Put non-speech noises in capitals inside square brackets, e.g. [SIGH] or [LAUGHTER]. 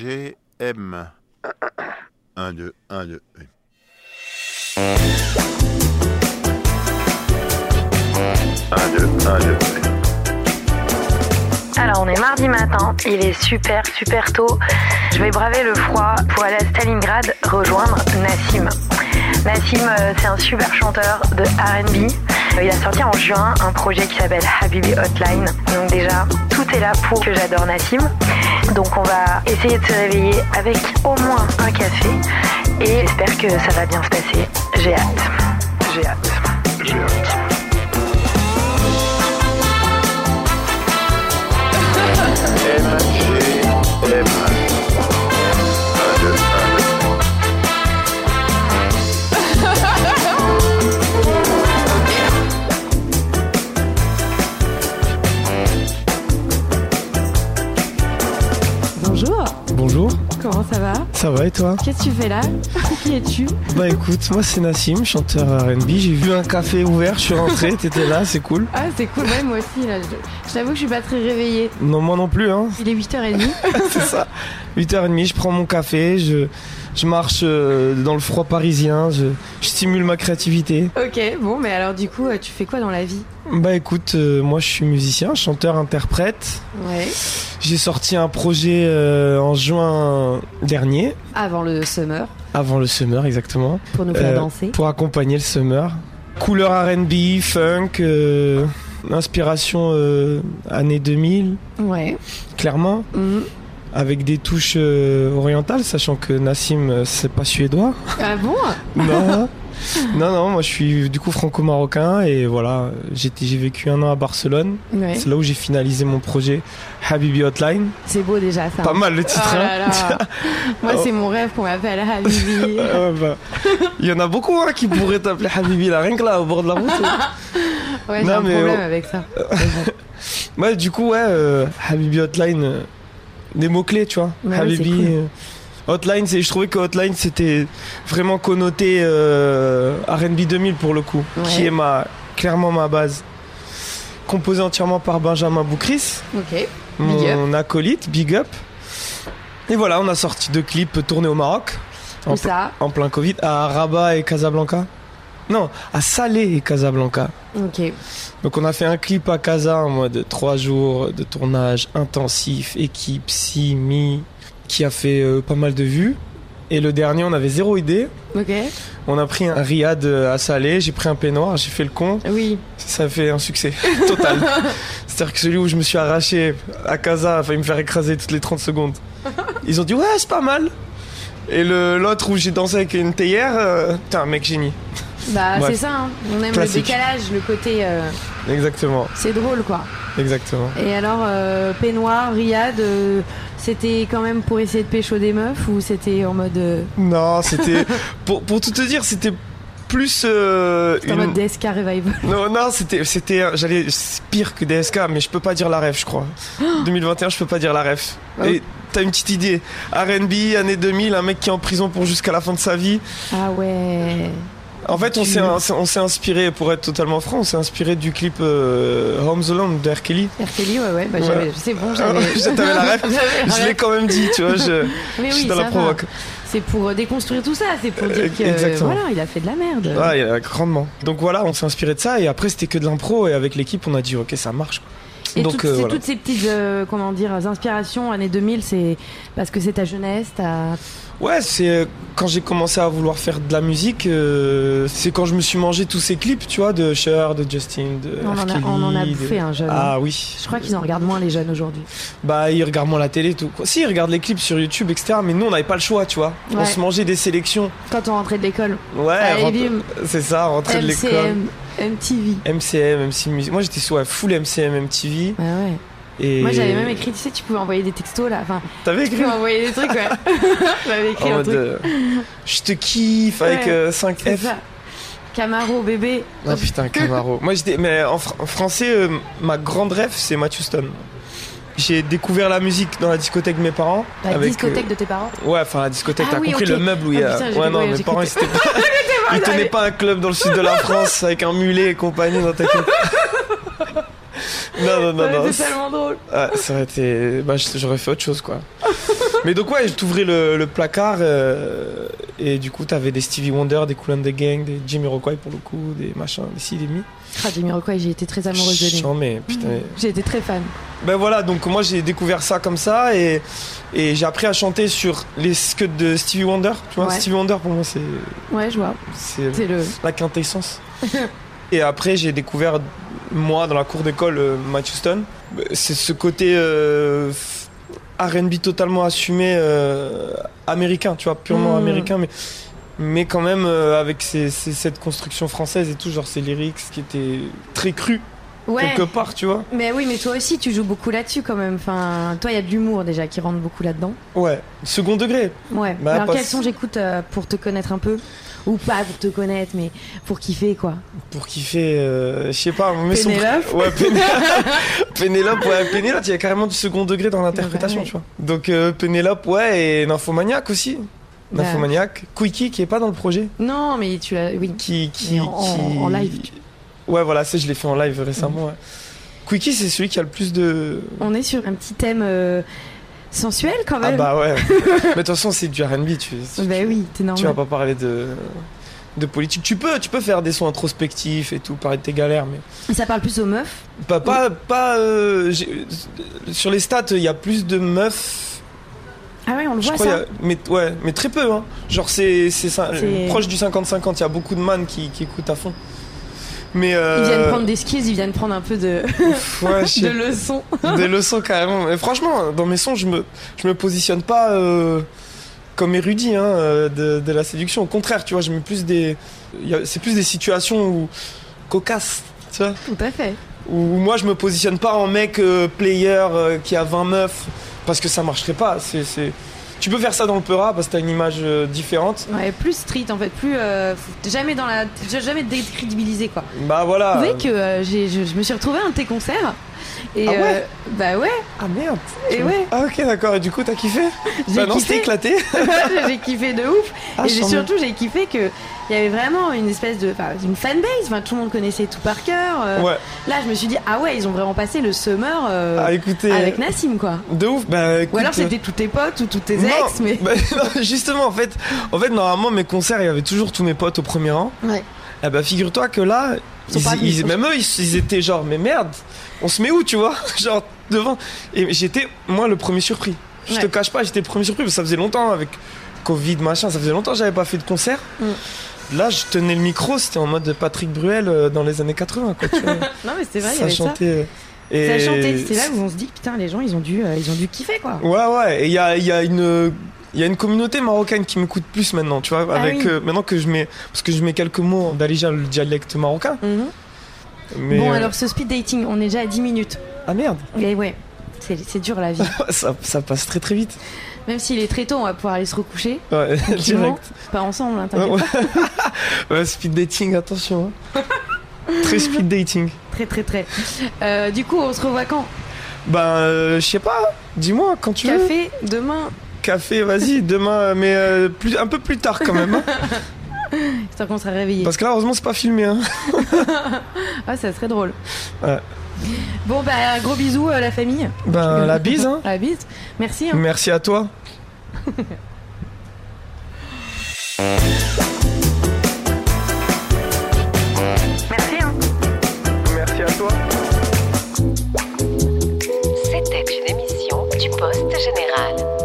MGM. 1, 2, 1, 2. Alors on est mardi matin, il est super super tôt. Je vais braver le froid pour aller à Stalingrad rejoindre Nassim. Nassim euh, c'est un super chanteur de RB. Euh, Il a sorti en juin un projet qui s'appelle Habibi Hotline. Donc déjà tout est là pour que j'adore Nassim. Donc on va essayer de se réveiller avec au moins un café et j'espère que ça va bien se passer. J'ai hâte. J'ai hâte. MGM. 1, 2, 1, 2. Bonjour, Bonjour, comment ça va ça va et toi Qu'est-ce que tu fais là [LAUGHS] Qui es-tu Bah écoute, moi c'est Nassim, chanteur RB, j'ai vu un café ouvert, je suis rentré, [LAUGHS] t'étais là, c'est cool. Ah c'est cool, ouais, moi aussi là. Je, je t'avoue que je suis pas très réveillée. Non moi non plus hein, [LAUGHS] Il est 8h30. c'est ça. 8h30, je prends mon café, je, je marche euh, dans le froid parisien, je, je stimule ma créativité. [LAUGHS] ok, bon mais alors du coup euh, tu fais quoi dans la vie Bah écoute, euh, moi je suis musicien, chanteur, interprète. Ouais. J'ai sorti un projet euh, en juin dernier, Avant le summer, avant le summer exactement, pour nous faire Euh, danser. pour accompagner le summer. Couleur RB, funk, euh, inspiration euh, années 2000, Ouais. clairement, Mhm. avec des touches euh, orientales, sachant que Nassim, euh, c'est pas suédois. Ah bon Non, non, non, moi je suis du coup franco-marocain et voilà, j'étais- j'ai vécu un an à Barcelone. Ouais. C'est là où j'ai finalisé mon projet Habibi Hotline. C'est beau déjà ça. Pas mal le titre, Oh là hein. là. [LAUGHS] Moi Oh. c'est mon rêve qu'on m'appelle [LAUGHS] Habibi. Ah ouais, bah, Il y en a beaucoup hein, qui pourraient t'appeler Habibi, là, rien que là, au bord de la route. Ouais, j'ai Non, un mais oh. problème on- avec ça. Ouais, du coup, ouais, euh, Habibi Hotline, euh, des mots-clés, tu vois. Ouais, Habibi. c'est cool. euh, Hotline, c'est, je trouvais que Hotline, c'était vraiment connoté euh, RB 2000 pour le coup, Ouais. qui est ma, clairement ma base. Composé entièrement par Benjamin Boucris, Ok. mon Big acolyte, Big Up. Et voilà, on a sorti deux clips tournés au Maroc, en, Tout ça. en plein Covid, à Rabat et Casablanca. Non, à Salé et Casablanca. Ok. Donc on a fait un clip à Casa en mode 3 jours de tournage intensif, équipe, si, mi, qui a fait euh, pas mal de vues. Et le dernier, on avait zéro idée. Ok. On a pris un riad euh, à Salé, j'ai pris un peignoir, j'ai fait le con. Oui. Ça fait un succès total. C'est-à-dire que celui où je me suis arraché à Casa a failli me faire écraser toutes les 30 secondes. Ils ont dit ouais, c'est pas mal. Et le- l'autre où j'ai dansé avec une théière, euh, putain, mec génie. Bah Bref. c'est ça. hein. On aime Classique. le décalage, le côté. euh, Exactement, C'est drôle quoi. exactement. Et alors, euh, peignoir, riad, euh, c'était quand même pour essayer de pécho des meufs ou c'était en mode, euh, Non, c'était [LAUGHS] pour, pour tout te dire, c'était plus euh, c'était en mode DSK Revival Non, non, c'était c'était j'allais c'est pire que DSK, mais je peux pas dire la ref, je [GASPS] crois. 2021, je peux pas dire la ref. Ah oui. Et t'as une petite idée R&B année 2000, un mec qui est en prison pour jusqu'à la fin de sa vie. Ah ouais. En fait, on Tu- s'est on s'est inspiré pour être totalement franc, on s'est inspiré du clip euh, Home Alone de R. Kelly. R. Kelly, ouais, ouais, bah, j'avais- Ouais. c'est bon, j'avais. [LAUGHS] T'avais la [LAUGHS] ref. J'avais la Je l'ai ref. quand même dit, tu vois, je, Ah [LAUGHS] Mais je oui, suis dans ça la va. provoque. C'est pour euh, déconstruire tout ça, c'est pour dire Euh, que exactement. voilà, il a fait de la merde. Ouais, euh, grandement. Donc voilà, on s'est inspiré de ça et après c'était que de l'impro et avec l'équipe on a dit ok ça marche. quoi. Et donc, toutes, euh, c'est voilà. toutes ces petites, euh, comment dire, inspirations années 2000, c'est parce que c'est ta jeunesse, ta. Ouais, c'est euh, quand j'ai commencé à vouloir faire de la musique, euh, c'est quand je me suis mangé tous ces clips, tu vois, de Cher, de Justin, de On, R. en a, Kelly, on en a de- bouffé un jeune. Ah oui. Je crois qu'ils en regardent moins les jeunes aujourd'hui. Bah ils regardent moins la télé et tout. quoi. Si ils regardent les clips sur YouTube, etc. Mais nous on n'avait pas le choix, tu vois. Ouais. Ah, On se mangeait des sélections. Quand on rentrait de l'école, Ouais. Allez, Eh, rentre- bim. C'est ça, rentrer de l'école. MCM, MTV. MCM, MC Music. Moi j'étais sur ouais, full MCM, MTV. Ouais, ouais. Et... Moi j'avais même écrit, tu sais, tu pouvais envoyer des textos là. Enfin, T'avais tu écrit pouvais envoyer des trucs, [LAUGHS] ouais. J'avais écrit En un mode, truc. euh, [LAUGHS] je te kiffe avec Ouais, euh, C'est 5F. ça. Camaro bébé. [LAUGHS] Ah putain, Camaro. Moi, j'étais. Mais en, fr- en français, euh, ma grande rêve, c'est Matthew Stone. J'ai découvert la musique dans la discothèque de mes parents. La avec, discothèque de tes parents. euh, ouais, enfin la discothèque, Ah t'as oui, compris ok. le meuble où il y Ah, a. putain, j'ai ouais, non, compris, mes j'ai parents, ils, [LAUGHS] compris. s'étaient pas- ils tenaient pas un club dans le sud de [LAUGHS] la France avec un mulet et compagnie dans ta tête. Non, non, non, non. euh, C'est tellement drôle. Ah, ça aurait été. Bah, je- j'aurais fait autre chose, quoi. Mais donc, ouais, t'ouvrais le, le placard euh, et du coup, t'avais des Stevie Wonder, des Cool and the Gang, des Jimmy Rockway pour le coup, des machins, des ci, des mi. Ah, Jamiroquai, j'ai été très amoureuse de Mm. lui. Chiant, mais putain. mais- J'ai été très fan. Ben voilà, donc moi j'ai découvert ça comme ça et, et j'ai appris à chanter sur les scuds de Stevie Wonder. Tu vois, Ouais. Stevie Wonder pour moi c'est- Ouais, je vois. c'est C'est le. la quintessence. et après, j'ai découvert, moi, dans la cour d'école, euh, Matt Houston. C'est ce côté euh, f- RB totalement assumé euh, américain, tu vois, purement Mm. américain, mais, mais quand même euh, avec ses- ses- cette construction française et tout, genre ces lyrics qui étaient très crus, Ouais. quelque part, tu vois. Mais oui, mais toi aussi, tu joues beaucoup là-dessus quand même. Enfin, toi, il y a de l'humour déjà qui rentre beaucoup là-dedans. Ouais, second degré. Ouais. Bah, Alors, pas- quels sons j'écoute euh, pour te connaître un peu Ou pas pour te connaître, mais pour kiffer, quoi. pour kiffer, euh, je sais pas, mais son pr- Pénélope Ouais, [LAUGHS] Pénélope. Pénélope, ouais, Pénélope, il y a carrément du second degré dans l'interprétation, Ah Ouais. tu vois. Donc euh, Pénélope, ouais, et Nymphomaniac aussi. Bah. Nymphomaniac. Quickie qui est pas dans le projet. Non, mais tu l'as. Oui. Qui, qui, Mais en- qui- en live, tu- Mm. Ouais, voilà, ça je l'ai fait en live récemment. ouais. Quickie, c'est celui qui a le plus de. On est sur un petit thème euh, sensuel quand Ah même. bah [LAUGHS] ouais. Mais de toute façon, c'est du RB, tu, tu, Bah oui, t'es tu vas normal. pas parler de. De politique, tu peux, tu peux faire des sons introspectifs et tout, parler de tes galères, mais Ça parle plus aux meufs. Pas, pas, pas, euh, j'ai- sur les stats, il y a plus de meufs. Ah ouais, on le Je voit crois, il y a- ça. mais, ouais, mais très peu. Hein. Genre, c'est c'est ça, euh, C'est- proche du 50-50. Il y a beaucoup de man qui, qui écoutent à fond. Mais. euh, Ils viennent prendre des skis, ils viennent prendre un peu [LAUGHS] de, ouais, je [LAUGHS] de sais- leçons. des leçons carrément. Mais franchement, dans mes sons, je me, je me positionne pas euh, comme érudit hein, euh, de, de la séduction. Au contraire, tu vois, je mets plus des. il y a- C'est plus des situations où, cocasses, tu vois. Tout à fait. où moi je me positionne pas en mec euh, player euh, qui a 20 meufs parce que ça marcherait pas. C'est, c'est- Tu peux faire ça dans le Peura parce que t'as une image euh, différente. Ouais, plus street en fait, plus euh, faut jamais dans la, jamais décrédibilisé quoi. Bah voilà. Vous savez que euh, j'ai- je, je me suis retrouvée à un de tes concerts. Et Ah ouais euh, bah ouais, Ah merde. et ouais, Ah ok d'accord et du coup t'as kiffé j'ai Bah non c'était kiffé, éclaté. [LAUGHS] j'ai kiffé de ouf. Ah, et je j'ai- sens bien. surtout j'ai kiffé que il y avait vraiment une espèce de, enfin, une fanbase. Enfin, tout le monde connaissait tout par cœur. euh, Ouais. Là, je me suis dit ah ouais, ils ont vraiment passé le summer euh, Ah écoutez. avec Nassim quoi. De ouf. Bah écoute, Ou alors euh, c'était tous tes potes ou tous tes non. ex, mais [LAUGHS] Bah, non, justement en fait, en fait normalement mes concerts il y avait toujours tous mes potes au premier rang. ouais. Eh bah figure-toi que là, Ils sont ils- pas venus. ils- même eux, ils, ils étaient genre, mais merde, on se met où, tu vois [LAUGHS] Genre devant. Et j'étais, moi, le premier surpris. Je te Ouais. cache pas, j'étais le premier surpris, parce que ça faisait longtemps avec Covid, machin, ça faisait longtemps que j'avais pas fait de concert. Mm. Là, je tenais le micro, c'était en mode Patrick Bruel euh, dans les années 80, [LAUGHS] quoi, tu vois. Non mais c'est vrai, il y ça avait ça. chantait. euh, Et... Ça chantait, c'est là où on se dit putain les gens ils ont dû euh, ils ont dû kiffer quoi. Ouais, ouais, et il y a, il y a une. Il y a une communauté marocaine qui m'écoute plus maintenant, tu vois, Ah avec oui. euh, maintenant que je mets parce que je mets quelques mots d'Alija le dialecte marocain. Mhm. Mais bon euh, alors ce speed dating, on est déjà à 10 minutes. ah merde. Et ouais, c'est c'est dur la vie. [LAUGHS] Ça, ça passe très très vite. Même s'il est très tôt, on va pouvoir aller se recoucher. Ouais, Tranquillement. [LAUGHS] direct. Pas ensemble, hein, Ouais, t'inquiète pas. ouais, [LAUGHS] speed dating, attention. [LAUGHS] hein. très speed dating. Très très très. Euh, du coup, on se revoit quand Ben, euh, je sais pas. Dis-moi quand tu veux. Café demain, Café, [LAUGHS] vas-y, demain, mais euh, plus, un peu plus tard quand même. hein. histoire qu'on sera réveillés. Parce que là, heureusement, c'est pas filmé. Hein. Ah, ça serait drôle. Ouais. Bon bah gros bisous à la famille. Ben, la bise. Hein. La bise. Merci. hein. Merci à toi. Merci. hein. Merci à toi. C'était une émission du Poste Général.